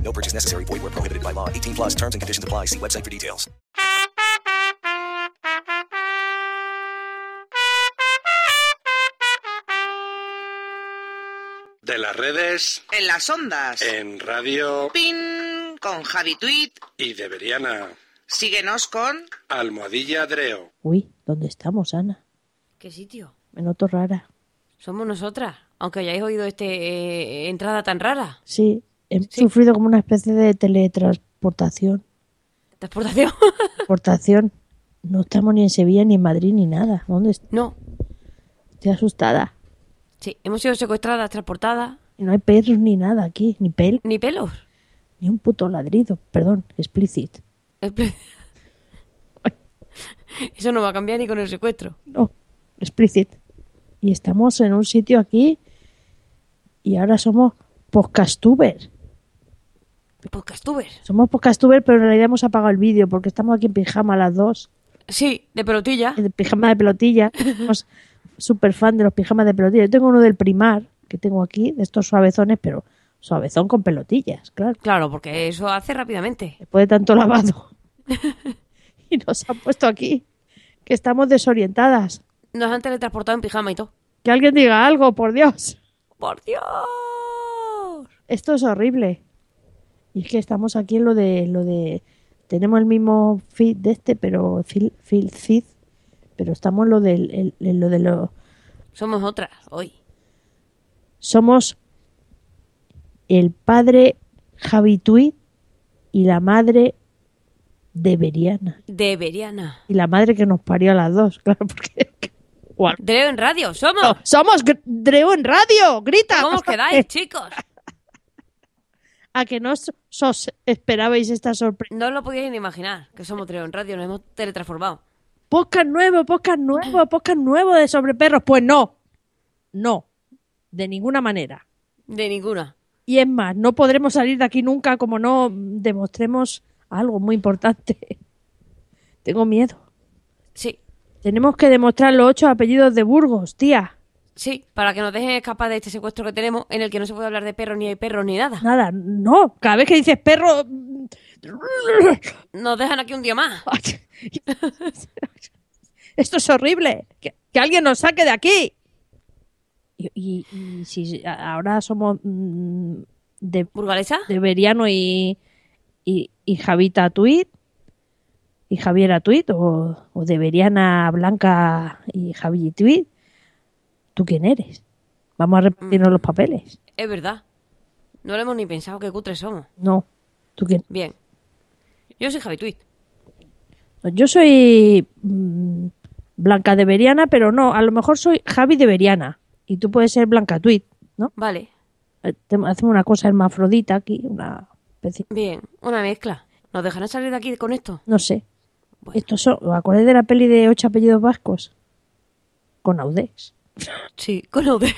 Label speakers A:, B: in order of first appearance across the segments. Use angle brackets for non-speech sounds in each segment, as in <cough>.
A: No purchase necessary. Void where prohibited by law. 18 plus terms and conditions apply. See website for details.
B: De las redes,
C: En las ondas.
D: Eh.
B: en radio
C: Pin con Javi Tweet.
B: y de Veriana.
C: Síguenos con
B: Almohadilla Dreo.
E: Uy, ¿dónde estamos, Ana?
F: ¿Qué sitio?
E: Me noto rara.
F: Somos nosotras. Aunque hayáis oído este eh, entrada tan rara.
E: Sí, he sufrido como una especie de teletransportación.
F: Transportación. <laughs>
E: Transportación. No estamos ni en Sevilla, ni en Madrid, ni nada. ¿Dónde est-
F: no.
E: estoy asustada?
F: Sí, hemos sido secuestradas, transportadas.
E: Y no hay perros ni nada aquí, ni pel,
F: Ni pelos.
E: ni un puto ladrido. Perdón, explicit.
F: En plan- <laughs> Eso no va a cambiar ni con el secuestro.
E: No, explicit. Y estamos en un sitio aquí y ahora somos podcastuber.
F: Podcastuber.
E: Somos podcastuber, pero en realidad hemos apagado el vídeo porque estamos aquí en pijama las dos.
F: Sí, de pelotilla.
E: el pijama de pelotilla. Somos súper fan de los pijamas de pelotilla. Yo tengo uno del primar que tengo aquí, de estos suavezones, pero suavezón con pelotillas, claro.
F: Claro, porque eso hace rápidamente.
E: Después de tanto lavado. y nos han puesto aquí, que estamos desorientadas.
F: Nos han teletransportado en pijama y todo.
E: Que alguien diga algo, por Dios.
F: ¡Por Dios!
E: Esto es horrible. Y es que estamos aquí en lo de, lo de, tenemos el mismo feed de este, pero fil, fil- feed, pero estamos en lo del, el- en lo de los
F: Somos otras hoy.
E: somos el padre Javituit y la madre de Beriana.
F: De Veriana.
E: Y la madre que nos parió a las dos, <laughs> claro, porque... Guau.
F: Dreo en radio, somos.
E: No, ¡Somos Gr- Dreu en radio! ¡Grita!
F: ¿Cómo os quedáis, chicos?
E: <laughs> A que no os, os esperabais esta sorpresa.
F: No os lo podíais ni imaginar, que somos Dreo en radio, nos hemos teletranformado.
E: Podcast nuevo, podcast nuevo, podcast nuevo de sobre perros. Pues no, no, de ninguna manera.
F: De ninguna.
E: Y es más, no podremos salir de aquí nunca como no demostremos algo muy importante. <laughs> Tengo miedo.
F: Sí,
E: Tenemos que demostrar los ocho apellidos de Burgos, tía.
F: sí, para que nos dejen escapar de este secuestro que tenemos en el que no se puede hablar de perros, ni hay perros, ni nada.
E: Nada, no. Cada vez que dices perro... <laughs>
F: Nos dejan aquí un día más.
E: Esto es horrible. Que, que alguien nos saque de aquí. Y, y- y si a- ahora somos mm, de,
F: ¿Burgalesa?
E: de Beriano y, y, y Javita Tweet y Javiera Tweet o, o de Beriana Blanca y Javi Tweet, ¿tú quién eres? Vamos a repartirnos los papeles.
F: Es verdad. No lo hemos ni pensado, qué cutres somos.
E: No, ¿tú quién?
F: Bien. Yo soy Javi Tweet.
E: Yo soy mm, Blanca de Beriana, pero no, a lo mejor soy Javi de Beriana y tú puedes ser Blanca Tweet, ¿no?
F: Vale,
E: Eh, te- Hacemos una cosa hermafrodita aquí, una especie,
F: bien. Una mezcla. ¿Nos dejarán salir de aquí con esto?
E: no sé.
F: Bueno,
E: Estos son, ¿os acordáis de la peli de ocho apellidos vascos? Con Audex.
F: sí, con lo de... <laughs>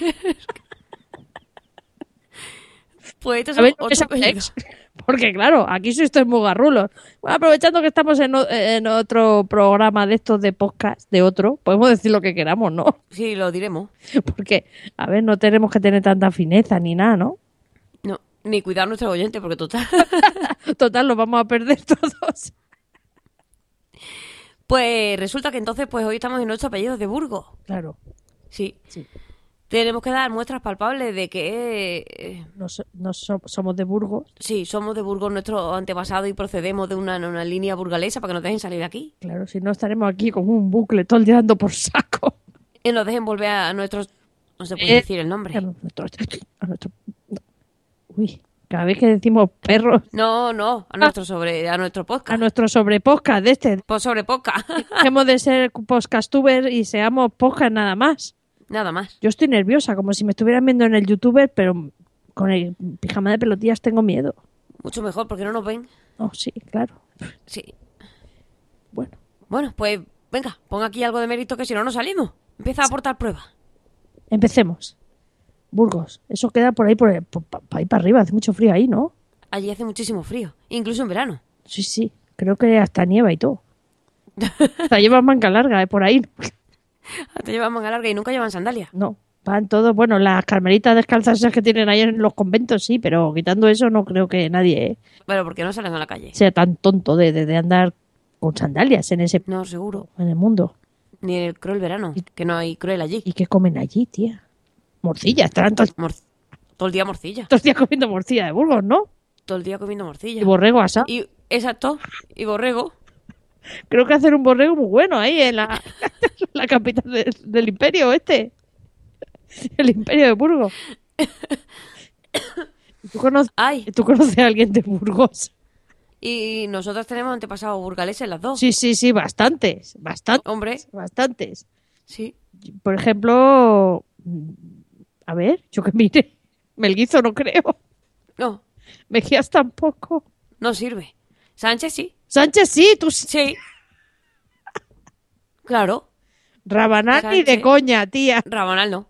F: Pues estos son
E: ¿Sabéis lo que
F: otro
E: es
F: apellido.
E: Apex? <laughs> Porque claro, aquí sí estoy muy garrulo. Bueno, aprovechando que estamos en, o- en otro programa de estos de podcast, de otro, podemos decir lo que queramos, ¿no? <laughs>
F: Sí, lo diremos.
E: Porque, a ver, no tenemos que tener tanta fineza ni nada, ¿no?
F: No, ni cuidar a nuestro oyente, porque total.
E: Total, lo vamos a perder <laughs> todos.
F: Pues resulta que entonces, pues hoy estamos en ocho apellidos de Burgos.
E: Claro,
F: Sí.
E: Sí.
F: Tenemos que dar muestras palpables de que eh,
E: no, so- no so- somos de Burgos,
F: sí, somos de Burgos nuestro antepasado y procedemos de una, una línea burgalesa para que nos dejen salir de aquí.
E: claro, si no estaremos aquí como un bucle todo el día dando por saco.
F: Y nos dejen volver a nuestros... No se puede
E: Eh,
F: decir el nombre.
E: A nuestro- a nuestro- uy, cada vez que decimos perros,
F: No, no, a nuestro sobre, a nuestro podcast.
E: Ah. a nuestro sobrepodcast de este,
F: Pues sobre podcast. <laughs>
E: dejemos de ser podcastuber y seamos podcast nada más.
F: Nada más.
E: Yo estoy nerviosa, como si me estuvieran viendo en el youtuber, pero con el pijama de pelotillas tengo miedo.
F: Mucho mejor porque no nos ven.
E: Oh, sí, claro.
F: Sí.
E: Bueno,
F: Bueno, pues venga, pon aquí algo de mérito que si no, no salimos. Empieza a aportar pruebas.
E: empecemos. Burgos, eso queda por ahí, por, el- por- pa- ahí para arriba, hace mucho frío ahí, ¿no?
F: Allí hace muchísimo frío, incluso en verano.
E: Sí, sí, creo que hasta nieva y todo. Hasta llevan manga larga, ¿eh? por ahí.
F: Ah, Te llevan manga larga y nunca llevan sandalias.
E: No, van todos, bueno, las carmelitas descalzas esas que tienen ahí en los conventos, sí, pero quitando eso no creo que nadie eh,
F: Pero porque no salen a la calle.
E: sea tan tonto de, de- de andar con sandalias en ese
F: No, seguro.
E: en el mundo.
F: Ni en el cruel verano, que no hay cruel allí.
E: ¿Y qué comen allí, tía? Morcilla, estarán todos
F: Mor- todo el día morcilla.
E: los días comiendo morcilla de Burgos, ¿no?
F: Todo el día comiendo morcilla.
E: Y borrego asado.
F: Y exacto. Y borrego.
E: Creo que hacen un borrego muy bueno ahí en la, <laughs> la capital de- del imperio este. El imperio de Burgos. ¿Tú conoces,
F: ¡Ay!
E: ¿Tú conoces a alguien de Burgos?
F: Y nosotros tenemos antepasados burgaleses las dos.
E: Sí, sí, sí, bastantes, bastantes,
F: Hombre,
E: bastantes.
F: sí.
E: Por ejemplo, mm, a ver, yo que mire, <laughs> Melguizo no creo, <laughs>
F: No,
E: Mejías tampoco.
F: no sirve. Sánchez sí.
E: Sánchez sí, tú sí.
F: Sí. Claro.
E: Rabanal ni de
F: Sánchez.
E: coña, tía.
F: Rabanal no.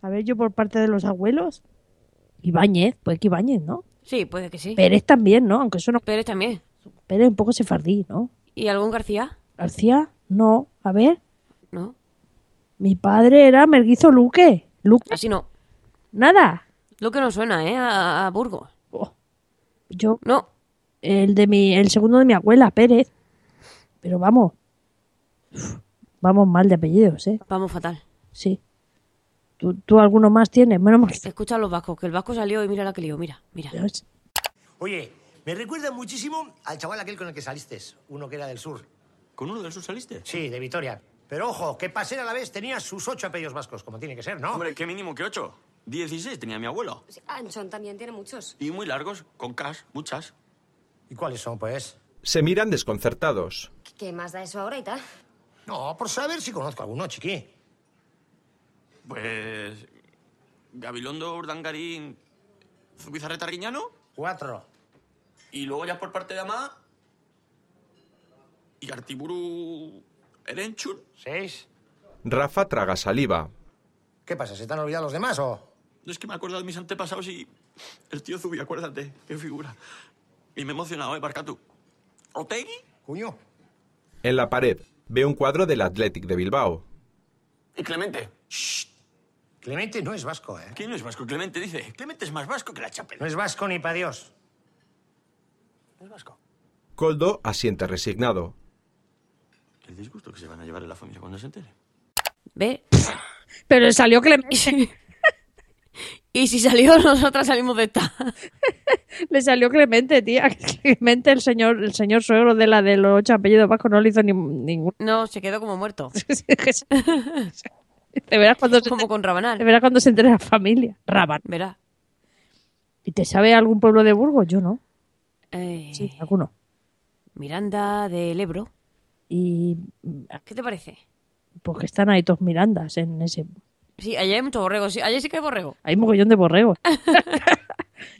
E: A ver, yo por parte de los abuelos. Ibáñez, pues que Ibáñez, ¿no?
F: Sí, puede que sí.
E: Pérez también, ¿no? Aunque suena
F: Pérez también.
E: Pérez un poco sefardí, ¿no?
F: ¿Y algún García?
E: García, no. A ver,
F: No.
E: mi padre era Merguizo Luque. Luque,
F: Así no.
E: nada.
F: Lo que no suena, ¿eh? A, a Burgos.
E: Oh. Yo,
F: No.
E: el de mi, el segundo de mi abuela, Pérez. Pero vamos, uf, vamos mal de apellidos, ¿eh?
F: Vamos fatal.
E: Sí. ¿Tú, tú alguno más tienes? Menos mal. que-
F: Escucha a los vascos, que el vasco salió y mira la que lió. Mira, mira.
E: Dios.
G: Oye, me recuerda muchísimo al chaval aquel con el que saliste, uno que era del sur.
H: ¿Con uno de esos saliste?
G: Sí, de Vitoria. Pero ojo, que Pasera a la vez tenía sus ocho apellidos vascos, como tiene que ser, ¿no?
H: Hombre, qué mínimo que ocho. Dieciséis tenía mi abuelo.
I: Anchon ah, también tiene muchos.
H: Y muy largos, con cas, muchas.
G: ¿Y cuáles son, pues?
J: Se miran desconcertados.
I: ¿Qué más da eso ahora y tal?
G: No, por saber si conozco alguno, chiqui.
H: Pues... Gabilondo, Urdangarín, Zubizarreta Guiñano.
G: Cuatro.
H: Y luego ya por parte de Amá... Y Artiburu... Erenchur.
G: Seis.
J: Rafa traga saliva.
G: ¿Qué pasa? ¿Se te han olvidado los demás o...?
H: No es que me he acordado de mis antepasados y... El tío Zubi, acuérdate, qué figura. Y me he emocionado, ¿eh, Barcatu? ¿Otegui?
G: Cuño.
J: En la pared ve un cuadro del Athletic de Bilbao.
H: Y Clemente. Shh.
G: Clemente no es vasco, ¿eh?
H: ¿Quién no es vasco? Clemente dice. Clemente es más vasco que la chapela.
G: No es vasco ni para Dios. No es vasco.
J: Coldo asiente resignado.
H: El disgusto que se van a llevar en la familia cuando se entere.
F: ¿Ve?
E: Pero le salió Clemente,
F: Y si salió, <laughs> nosotras salimos de esta.
E: <laughs> le salió Clemente, tía. Clemente, el señor, el señor suegro de la de los ocho apellidos vascos, no le hizo ni, <laughs> ningún.
F: No, se quedó como muerto.
E: Te verás cuando se,
F: Como con
E: te
F: Rabanal.
E: verás cuando se entere la familia. Raban.
F: Verá.
E: ¿Y te sabe algún pueblo de Burgos? Yo no.
F: Eh,
E: Sí, alguno.
F: Miranda del Ebro.
E: Y mm,
F: ¿Qué te parece?
E: porque están ahí dos Mirandas en ese.
F: Sí, allí hay mucho borrego. Sí, allí sí que hay borrego.
E: Hay mogollón de borregos. <laughs>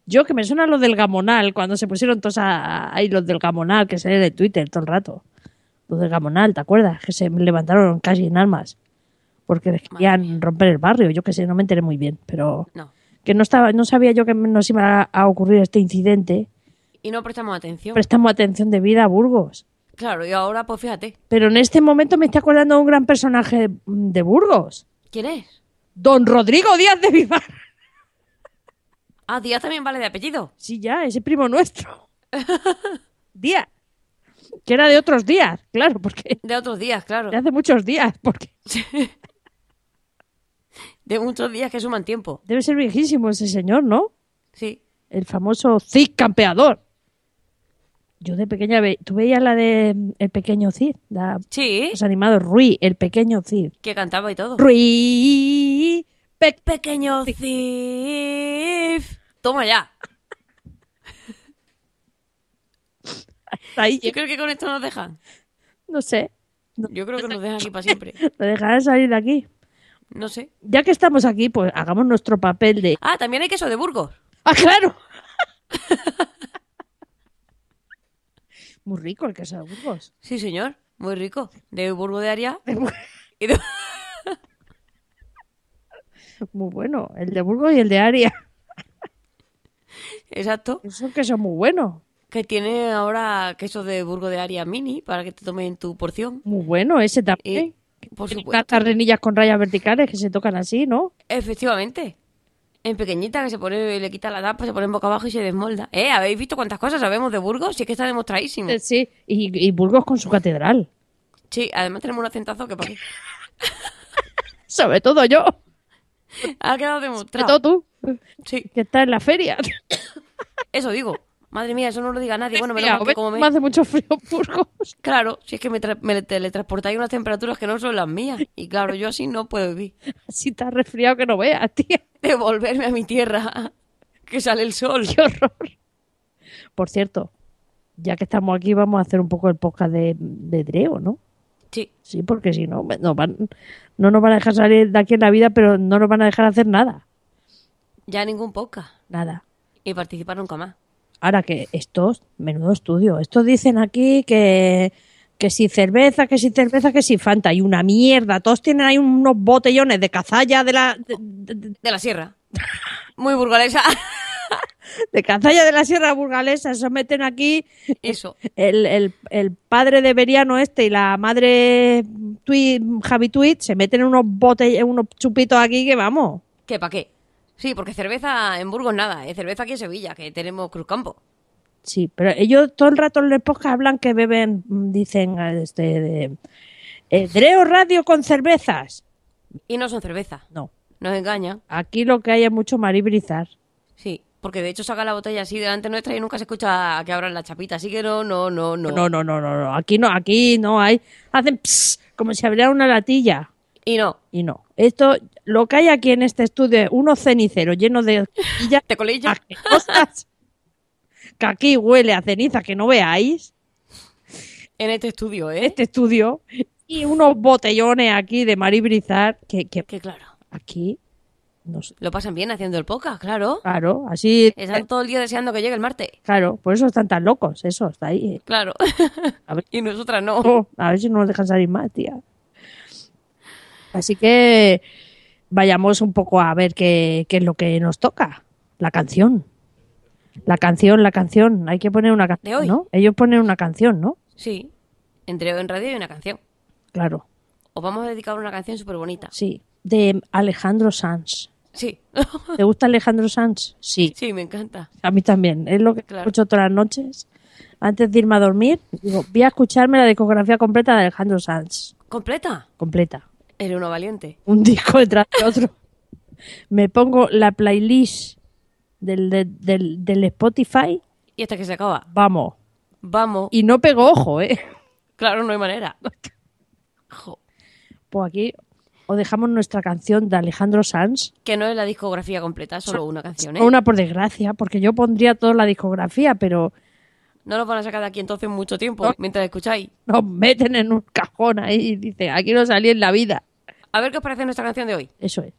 E: Yo que me suena lo del Gamonal, cuando se pusieron todos a- ahí los del Gamonal, que sale de Twitter todo el rato. Los del Gamonal, ¿te acuerdas? Que se levantaron casi en armas. Porque les
F: Madre
E: querían romper el barrio. Yo que sé, no me enteré muy bien, pero
F: No.
E: que no, estaba, no sabía yo que nos iba a- a ocurrir este incidente.
F: Y no prestamos atención.
E: Prestamos atención de vida a Burgos.
F: Claro, y ahora, pues fíjate.
E: Pero en este momento me estoy acordando de un gran personaje mm, de Burgos.
F: ¿Quién es?
E: Don Rodrigo Díaz de Vivar.
F: Ah, Díaz también vale de apellido.
E: Sí, ya, ese primo nuestro. Díaz. Que era de otros días, claro, porque
F: De otros días, claro.
E: de hace muchos días, porque
F: De muchos días que suman tiempo.
E: debe ser viejísimo ese señor, ¿no?
F: Sí.
E: El famoso Cid campeador. Yo de pequeña ve- tú veías la de mm, El pequeño Cid, la
F: Sí.
E: los animados Rui, el pequeño Cid.
F: Que cantaba y todo.
E: Rui, pe-
F: Oh. Pequeño Cif. Toma ya.
E: hasta ahí
F: Yo
E: llega.
F: creo que con esto nos dejan.
E: no sé,
F: Yo creo que nos dejan aquí para siempre.
E: lo dejarán salir de aquí.
F: No sé.
E: Ya que estamos aquí, pues hagamos nuestro papel de
F: Ah, también hay queso de Burgos.
E: ¡Ah, claro! Muy rico el queso de Burgos.
F: Sí, señor. Muy rico. De Burgo de Aria. <laughs> Y de-
E: Muy bueno. El de Burgos y el de Aria.
F: Exacto.
E: Es un queso muy bueno.
F: Que tiene ahora queso de Burgo de Aria mini para que te tomen tu porción.
E: Muy bueno ese
F: Y,
E: también.
F: por
E: Tiene
F: supuesto.
E: Unas carrenillas con rayas verticales que se tocan así, ¿no?
F: Efectivamente. En pequeñita que se pone, le quita la tapa, se pone boca abajo y se desmolda. ¿Eh? ¿Habéis visto cuántas cosas sabemos de Burgos? Sí que está demostradísimo.
E: Eh, Sí. Y, y Burgos con su catedral.
F: Sí, además tenemos un acentazo que para qué. <laughs>
E: Sobre todo yo.
F: Ha
E: Sobre todo
F: quedado demostrado.
E: tú,
F: Sí,
E: que estás en la feria.
F: eso digo. Madre mía, eso no lo diga nadie. Bueno, menos
E: Mira,
F: mal que
E: ves,
F: como me...
E: me hace mucho frío en Burgos. <laughs>
F: Claro, si es que me, tra- me teletransportáis a unas temperaturas que no son las mías. Y claro, yo así no puedo vivir.
E: Así estás resfriado que no veas, tía.
F: Devolverme a mi tierra, <laughs> que sale el sol.
E: <laughs> ¡Qué horror! Por cierto, ya que estamos aquí, vamos a hacer un poco el podcast de, de Dreo, ¿no?
F: Sí,
E: Sí, porque si no, no, van- no nos van a dejar salir de aquí en la vida, pero no nos van a dejar hacer nada.
F: ya ningún podcast.
E: Nada.
F: Y participar nunca más.
E: Ahora que estos, menudo estudio, estos dicen aquí que, que si cerveza, que si cerveza, que si Fanta, y una mierda. Todos tienen ahí unos botellones de cazalla de la, de, de-
F: De la sierra. Muy burgalesa. <laughs>
E: de cazalla de la Sierra Burgalesa, se meten aquí
F: Eso.
E: el, el- el padre de Beriano este y la madre Tui- Javi Tweet se meten unos bote- unos chupitos aquí que vamos.
F: ¿Qué, pa' qué? Sí, porque cerveza en Burgos nada. Es cerveza aquí en Sevilla, que tenemos Cruzcampo.
E: Sí, pero ellos todo el rato en el podcast hablan que beben, mm, dicen este de, eh, Dreo Radio con cervezas.
F: Y no son cerveza.
E: No,
F: Nos engañan.
E: aquí lo que hay es mucho maribrizar.
F: Sí, porque de hecho saca la botella así delante nuestra y nunca se escucha que abran la chapita. Así que no, no, no, no.
E: No, no, no, no, no, aquí no, aquí no hay. Hacen pss, como si abriera una latilla.
F: Y no.
E: Y no. Esto, lo que hay aquí en este estudio es unos ceniceros llenos de <laughs> colillas
F: ¿Te colillas?
E: Ah, cosas que aquí huele a ceniza que no veáis,
F: En este estudio, ¿eh?
E: este estudio, y unos botellones aquí de maribrizar que, que
F: Que claro.
E: aquí nos...
F: Lo pasan bien haciendo el podcast, claro.
E: Claro, así...
F: Están todo el día deseando que llegue el martes.
E: Claro, por eso están tan locos, eso, está ahí. eh.
F: Claro.
E: A ver,
F: <laughs> y nosotras no.
E: oh, a ver si no nos dejan salir más, tía. Así que vayamos un poco a ver qué, qué es lo que nos toca. La canción. La canción, la canción. Hay que poner una
F: De
E: canción,
F: hoy.
E: ¿no? Ellos ponen una canción, ¿no?
F: Sí. Entre en radio y una canción.
E: Claro.
F: Os vamos a dedicar una canción súper bonita.
E: Sí, de Alejandro Sanz.
F: Sí. <laughs>
E: ¿Te gusta Alejandro Sanz? Sí,
F: sí, me encanta.
E: a mí también. Es lo que
F: Claro.
E: escucho todas las noches. Antes de irme a dormir, digo, voy a escucharme la discografía completa de Alejandro Sanz.
F: ¿Completa?
E: Completa.
F: Eres uno valiente.
E: Un <laughs> disco detrás de otro. Me pongo la playlist del, del, del- del Spotify.
F: Y hasta que se acaba.
E: Vamos.
F: Vamos.
E: Y no pego ojo, ¿eh?
F: Claro, no hay manera. Jo,
E: Pues aquí os dejamos nuestra canción de Alejandro Sanz.
F: Que no es la discografía completa, solo una canción, ¿eh?
E: Una por desgracia, porque yo pondría toda la discografía, pero
F: No los van a sacar de aquí entonces mucho tiempo,
E: No.
F: mientras escucháis.
E: nos meten en un cajón ahí y dicen, aquí no salí en la vida.
F: A ver qué os parece nuestra canción de hoy.
E: Eso es.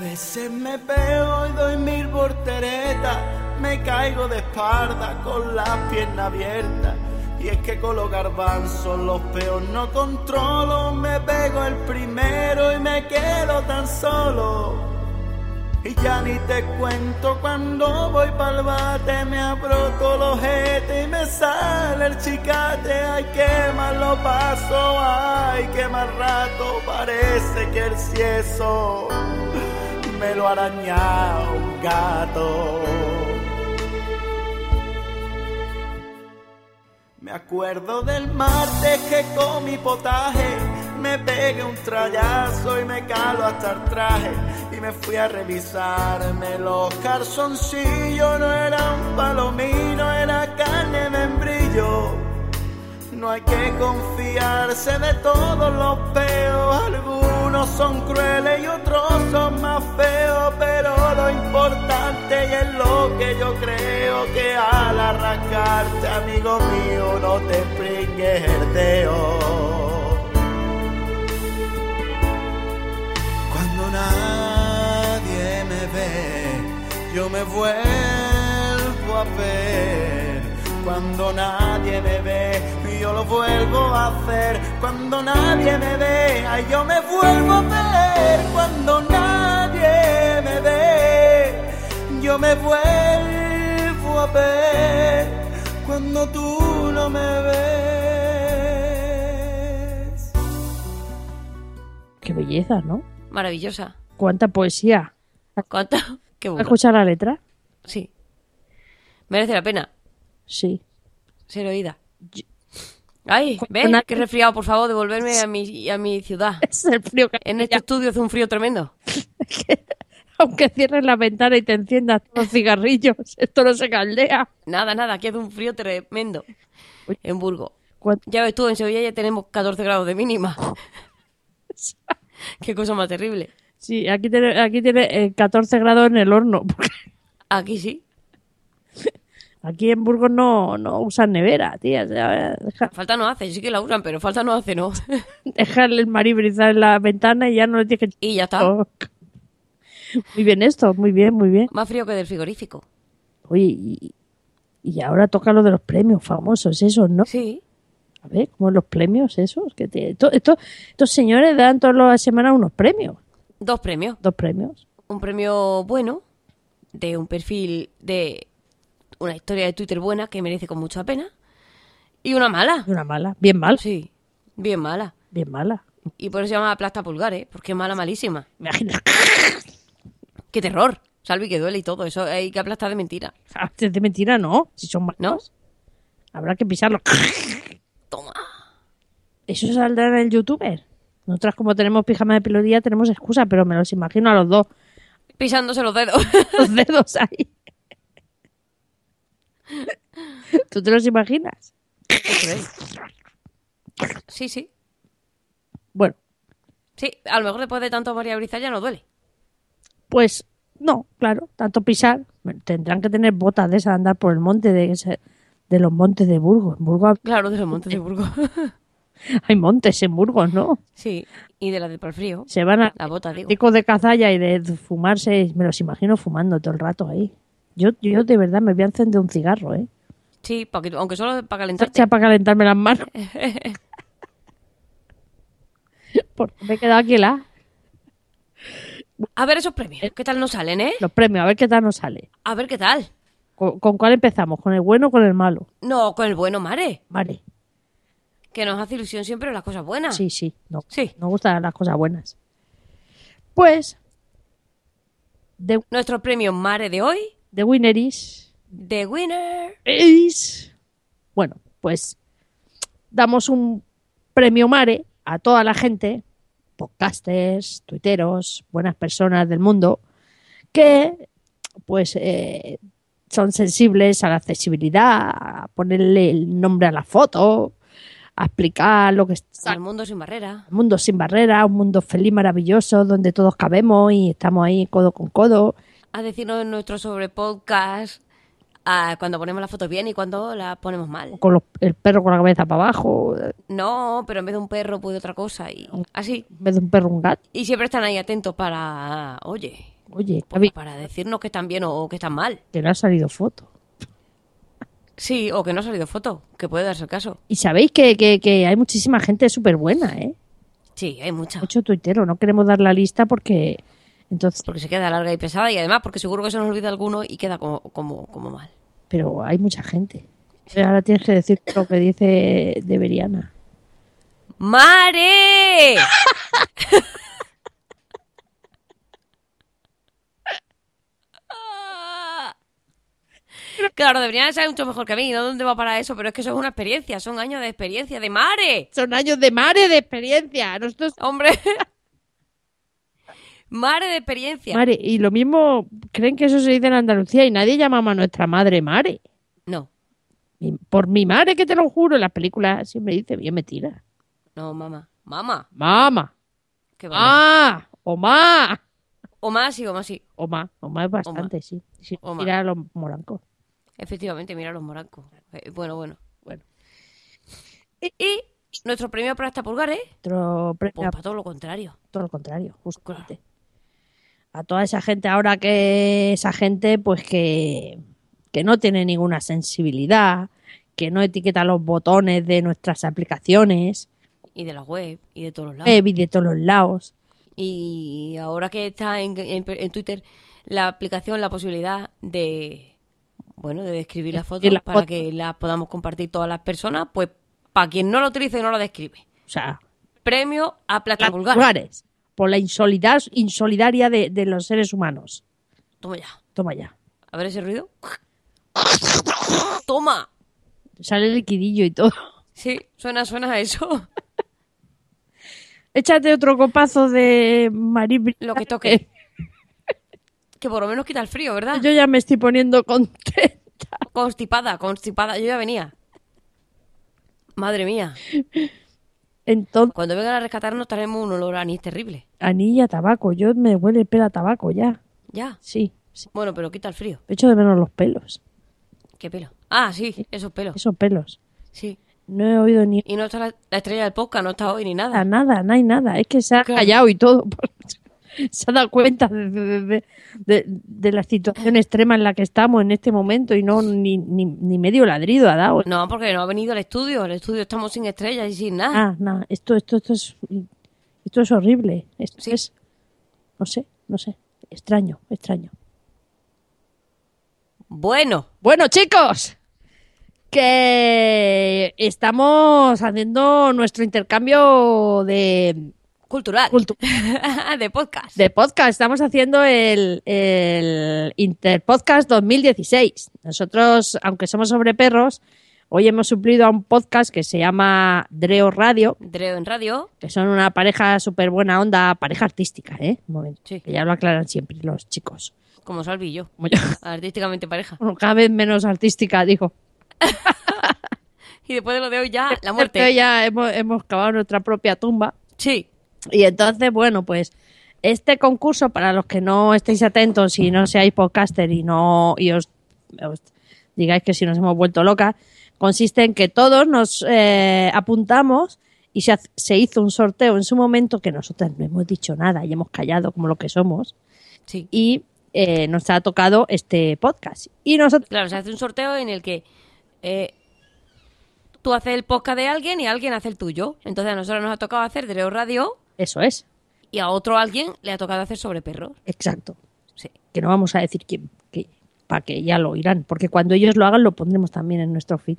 D: veces me pego y doy mil volteretas, me caigo de espalda con las piernas abiertas. Y es que con los garbanzos los peos no controlo, me pego el primero y me quedo tan solo. Y ya ni te cuento cuando voy pa'l bate, me abroto los jetes y me sale el chicate. Ay, qué mal lo paso, ay, qué mal rato, parece que el cieso me lo araña un gato. Me acuerdo del martes que con mi potaje me pegué un trayazo y me calo hasta el traje y me fui a revisarme los calzoncillos. No era un palomino, era carne de membrillo. No hay que confiarse de todos los peos. Algunos son crueles y otros son más feos. Pero lo importante y es lo que yo creo que al arrancarte, amigo mío, no te pringues el dedo. Cuando nadie me ve, yo me vuelvo a ver. Cuando nadie me ve, yo lo vuelvo a hacer. Cuando nadie me ve, ay, yo me vuelvo a ver. Cuando nadie me ve, yo me vuelvo a ver. Cuando tú no me ves.
E: Qué belleza, ¿no?
F: Maravillosa.
E: Cuánta poesía.
F: ¿Cuánto? <laughs> Qué
E: ¿Has
F: bueno.
E: escuchado la letra?
F: Sí. Merece la pena
E: Sí. <laughs>
F: ser oída. Ay, ve,
E: Cuando-
F: qué resfriado, por favor, devolverme a mi, a mi ciudad.
E: Es el frío que
F: En este estudio hace un frío tremendo.
E: Aunque cierres la ventana y te enciendas los cigarrillos, <laughs> esto no se caldea.
F: Nada, nada, aquí hace un frío tremendo. En Burgo.
E: ¿Cuán-
F: Ya ves tú, en Sevilla ya tenemos 14 grados de mínima. <laughs> Qué cosa más terrible.
E: Sí, aquí tiene, aquí tiene eh, 14 grados en el horno. <laughs> porque
F: Aquí sí.
E: Aquí en Burgos no, no usan nevera, tía. o sea, deja-
F: Falta no hace, sí que la usan, pero falta no <laughs> hace, no.
E: dejarle el marí brizar en la ventana y ya no le tienes que...
F: Y ya está.
E: <laughs> Muy bien esto, muy bien, muy bien.
F: Más frío que del frigorífico.
E: Oye, y, y ahora toca lo de los premios famosos, esos, ¿no?
F: Sí.
E: A ver, ¿cómo los premios esos? Que te- esto- esto- estos señores dan todas las semanas unos premios.
F: Dos premios.
E: Dos premios.
F: Un premio bueno, de un perfil de una historia de Twitter buena que merece con mucha pena. Y una mala.
E: Y Una mala, bien mala.
F: Sí, bien mala.
E: Bien mala.
F: Y por eso se llama aplasta pulgares, porque es mala, malísima.
E: Imagina. <laughs>
F: ¡Qué terror! Salvi, que duele y todo. Eso hay que aplastar de mentira.
E: De mentira, no. Si son malos, habrá que pisarlos.
F: Toma.
E: ¿Eso saldrá en el youtuber? Nosotras, como tenemos pijama de pilotía, tenemos excusa, pero me los imagino a los dos, <laughs>
F: Pisándose los dedos. <laughs>
E: los dedos ahí. ¿Tú te los imaginas?
F: sí, sí.
E: Bueno,
F: Sí, a lo mejor después de tanto María Briza ya no duele.
E: pues no, claro, tanto pisar. bueno, Tendrán que tener botas de esas de andar por el monte de, ese- de los montes de Burgos. En Burgos
F: Claro, de los <laughs> montes de Burgos.
E: hay montes en Burgos, ¿no?
F: Sí, y de la del pal frío.
E: Se van a
F: La bota, digo.
E: ticos de cazalla y de fumarse, me los imagino fumando todo el rato ahí. Yo, yo de verdad me voy a encender un cigarro, ¿eh?
F: Sí, pa' que- aunque solo para calentarte.
E: Sea para calentarme las
F: <laughs>
E: manos. Porque me he quedado aquí la,
F: A ver esos premios. ¿Qué tal nos salen, eh?
E: los premios, a ver qué tal nos sale.
F: A ver qué tal.
E: ¿Con, con cuál empezamos? ¿Con el bueno o con el malo?
F: No, con el bueno Mare.
E: Vale,
F: Que nos hace ilusión siempre las cosas buenas.
E: sí, sí. No,
F: Sí.
E: no gustan las cosas buenas. Pues, de,
F: Nuestro premio Mare de hoy,
E: de Winneris.
F: The Winner.
E: es- Bueno, pues damos un premio Mare a toda la gente, podcasters, tuiteros, buenas personas del mundo, que pues eh, son sensibles a la accesibilidad, a ponerle el nombre a la foto, a explicar lo que está
F: Al mundo sin barrera.
E: un mundo sin barreras, un mundo feliz, maravilloso, donde todos cabemos y estamos ahí codo con codo.
F: A decirnos en nuestro sobre podcast. a cuando ponemos las fotos bien y cuando las ponemos mal.
E: Con los- el perro con la cabeza para abajo,
F: No, pero en vez de un perro pude otra cosa y así.
E: en vez de un perro un gato.
F: Y siempre están ahí atentos para, oye,
E: Oye, Javi,
F: Para decirnos que están bien o, o que están mal.
E: que no ha salido foto.
F: Sí, o que no ha salido foto, que puede darse el caso.
E: Y sabéis que, que- que hay muchísima gente súper buena, ¿eh?
F: Sí, hay mucha.
E: Mucho tuitero. No queremos dar la lista porque entonces...
F: Porque se queda larga y pesada y además porque seguro que se nos olvida alguno y queda como, como, como mal.
E: Pero hay mucha gente. Ahora tienes que decir lo que dice Deberiana.
F: ¡Mare! claro, deberían saber mucho mejor que a mí, no dónde va para eso, pero es que eso es una experiencia, son años de experiencia, de mare.
E: Son años de mare de experiencia. Nosotros...
F: Hombre. mare de experiencia.
E: Mare, y lo mismo creen que eso se dice en Andalucía y nadie llama a nuestra madre Mare.
F: No,
E: Mi- Por mi madre, que te lo juro, en las películas siempre dice bien mentira.
F: no, mamá. Mamá.
E: Mama,
F: Que vale.
E: ma, o ma.
F: O más sí, o más sí.
E: O ma, o ma es bastante, sí. Sí,
F: O ma.
E: Mira a los morancos.
F: Efectivamente, mira los morancos. Eh, bueno, bueno.
E: Bueno.
F: Y, y nuestro premio para esta pulgar, ¿eh?
E: Otro
F: Pues
E: premio-
F: para todo lo contrario.
E: todo lo contrario, justamente. A toda esa gente ahora que esa gente pues que, que no tiene ninguna sensibilidad, que no etiqueta los botones de nuestras aplicaciones,
F: Y de la web, y de todos los lados.
E: web y de todos los lados.
F: Y ahora que está en, en- en Twitter la aplicación, la posibilidad de, bueno, de describir las fotos
E: Describir las
F: para
E: fotos.
F: que las podamos compartir todas las personas, pues para quien no lo utilice y no lo describe.
E: O sea,
F: Premio a Plata Vulgar.
E: lugares por la insolidar- insolidaria de, de los seres humanos.
F: Toma ya.
E: Toma ya.
F: A ver ese ruido. Toma.
E: Sale el liquidillo y todo. <laughs>
F: Sí, suena, suena a eso. <laughs>
E: Échate otro copazo de Marí
F: Lo que toque. Que por lo menos quita el frío, ¿verdad?
E: <laughs> Yo ya me estoy poniendo contenta.
F: Constipada, constipada. Yo ya venía. Madre mía.
E: Entonces,
F: Cuando vengan a rescatarnos traemos un olor a anís terrible.
E: anilla, tabaco. Yo me huele el pelo a tabaco ya.
F: Ya.
E: Sí, sí.
F: Bueno, pero quita el frío.
E: Echo de menos los pelos.
F: ¿Qué pelo? Ah, sí, esos pelos.
E: Esos pelos.
F: Sí.
E: No he oído ni
F: Y no está la, la estrella del podcast, no está hoy ni
E: nada,
F: nada.
E: nada, no hay nada. Es que se ha
F: Claro.
E: callado y todo. <laughs> se ha dado cuenta de, de- de- de- de la situación extrema en la que estamos en este momento y no ni, ni, ni medio ladrido ha dado.
F: No, porque no ha venido al estudio. El estudio estamos sin estrellas y sin nada.
E: Ah, no, esto, esto, esto es esto es horrible. Esto es no sé, no sé. Extraño, extraño.
F: Bueno,
E: Bueno, chicos, que estamos haciendo nuestro intercambio de,
F: cultural.
E: Cultu-
F: <laughs> de podcast.
E: de podcast. Estamos haciendo el, el Interpodcast 2016. Nosotros, aunque somos sobre perros, hoy hemos suplido a un podcast que se llama Dreo Radio,
F: Dreo en radio.
E: que son una pareja súper buena onda, pareja artística, ¿eh? Un momento,
F: Sí.
E: que ya lo aclaran siempre los chicos.
F: Como Salvi y yo.
E: Como yo. <laughs>
F: Artísticamente pareja.
E: Bueno, cada vez menos artística, digo.
F: Y después de lo de hoy ya, la muerte.
E: Ya hemos, hemos cavado nuestra propia tumba.
F: Sí.
E: Y entonces, bueno, pues este concurso, para los que no estéis atentos y no seáis podcaster y no y os, os digáis que si nos hemos vuelto locas, consiste en que todos nos eh, apuntamos y se, haz- se hizo un sorteo en su momento que nosotras no hemos dicho nada y hemos callado como lo que somos
F: Sí.
E: y eh, nos ha tocado este podcast. Y nosotros
F: Claro, se hace un sorteo en el que eh, tú haces el podcast de alguien y alguien hace el tuyo. Entonces a nosotros nos ha tocado hacer Dreo Radio
E: Eso es,
F: y a otro alguien le ha tocado hacer sobre perros.
E: exacto.
F: Sí.
E: Que no vamos a decir quién, que, para que ya lo oirán, porque cuando ellos lo hagan lo pondremos también en nuestro feed.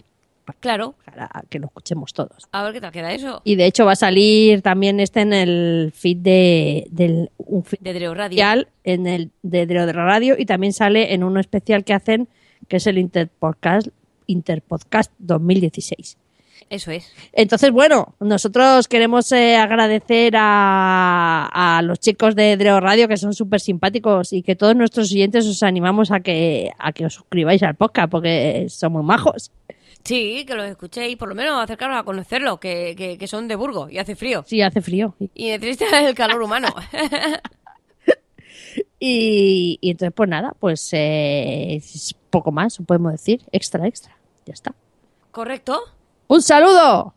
F: Claro.
E: para que lo escuchemos todos.
F: A ver qué tal queda eso.
E: Y de hecho va a salir también este en el feed de, del un feed
F: De Dreo Radio.
E: especial en el de, de la radio y también sale en uno especial que hacen que es el Interpodcast Interpodcast 2016.
F: Eso es.
E: Entonces, bueno, nosotros queremos eh, agradecer a, a los chicos de Dreo Radio que son súper simpáticos y que todos nuestros oyentes os animamos a que, a que os suscribáis al podcast porque son muy majos.
F: Sí, que los escuchéis, por lo menos acercaros a conocerlos, que, que, que son de Burgos y hace frío.
E: Sí, hace frío.
F: Y necesitas el calor humano.
E: Y, y entonces, pues nada, pues eh, es poco más, podemos decir, extra, extra. Ya está.
F: Correcto.
E: Un saludo.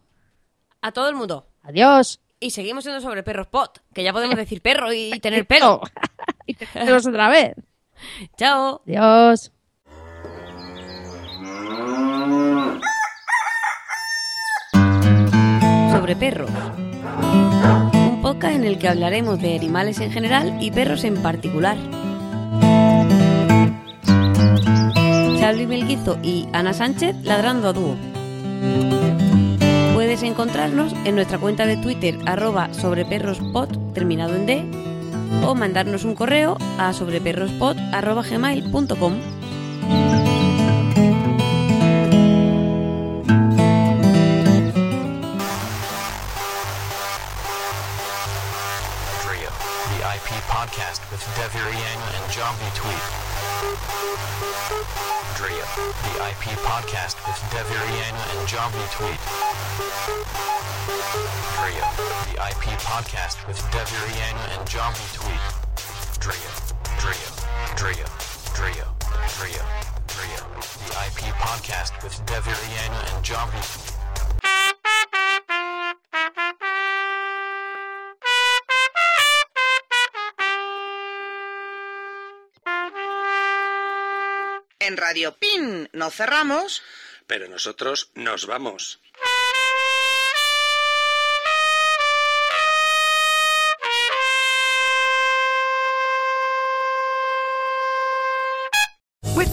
F: A todo el mundo.
E: Adiós.
F: Y seguimos siendo sobre perros pot, que ya podemos decir perro y tener pelo.
E: <laughs> y te vemos otra vez.
F: Chao.
E: Dios.
F: Sobre perros. Un podcast en el que hablaremos de animales en general y perros en particular. Charly Melguizo y Ana Sánchez ladrando a dúo. Puedes encontrarnos en nuestra cuenta de Twitter arroba sobreperrospod terminado en D o mandarnos un correo a sobreperrospod arroba gmail.com.
K: Trio, the IP podcast with Deviriana and John V. Tweet. Trio, the IP podcast with Deviriana and John V. Tweet. Trio, the IP podcast with Deviriana and John V. Tweet. Trio, Trio, Trio, Trio, Trio, Trio, the IP podcast with Deviriana and John V.
H: En Radio Pin nos cerramos.
D: Pero nosotros nos vamos.
L: With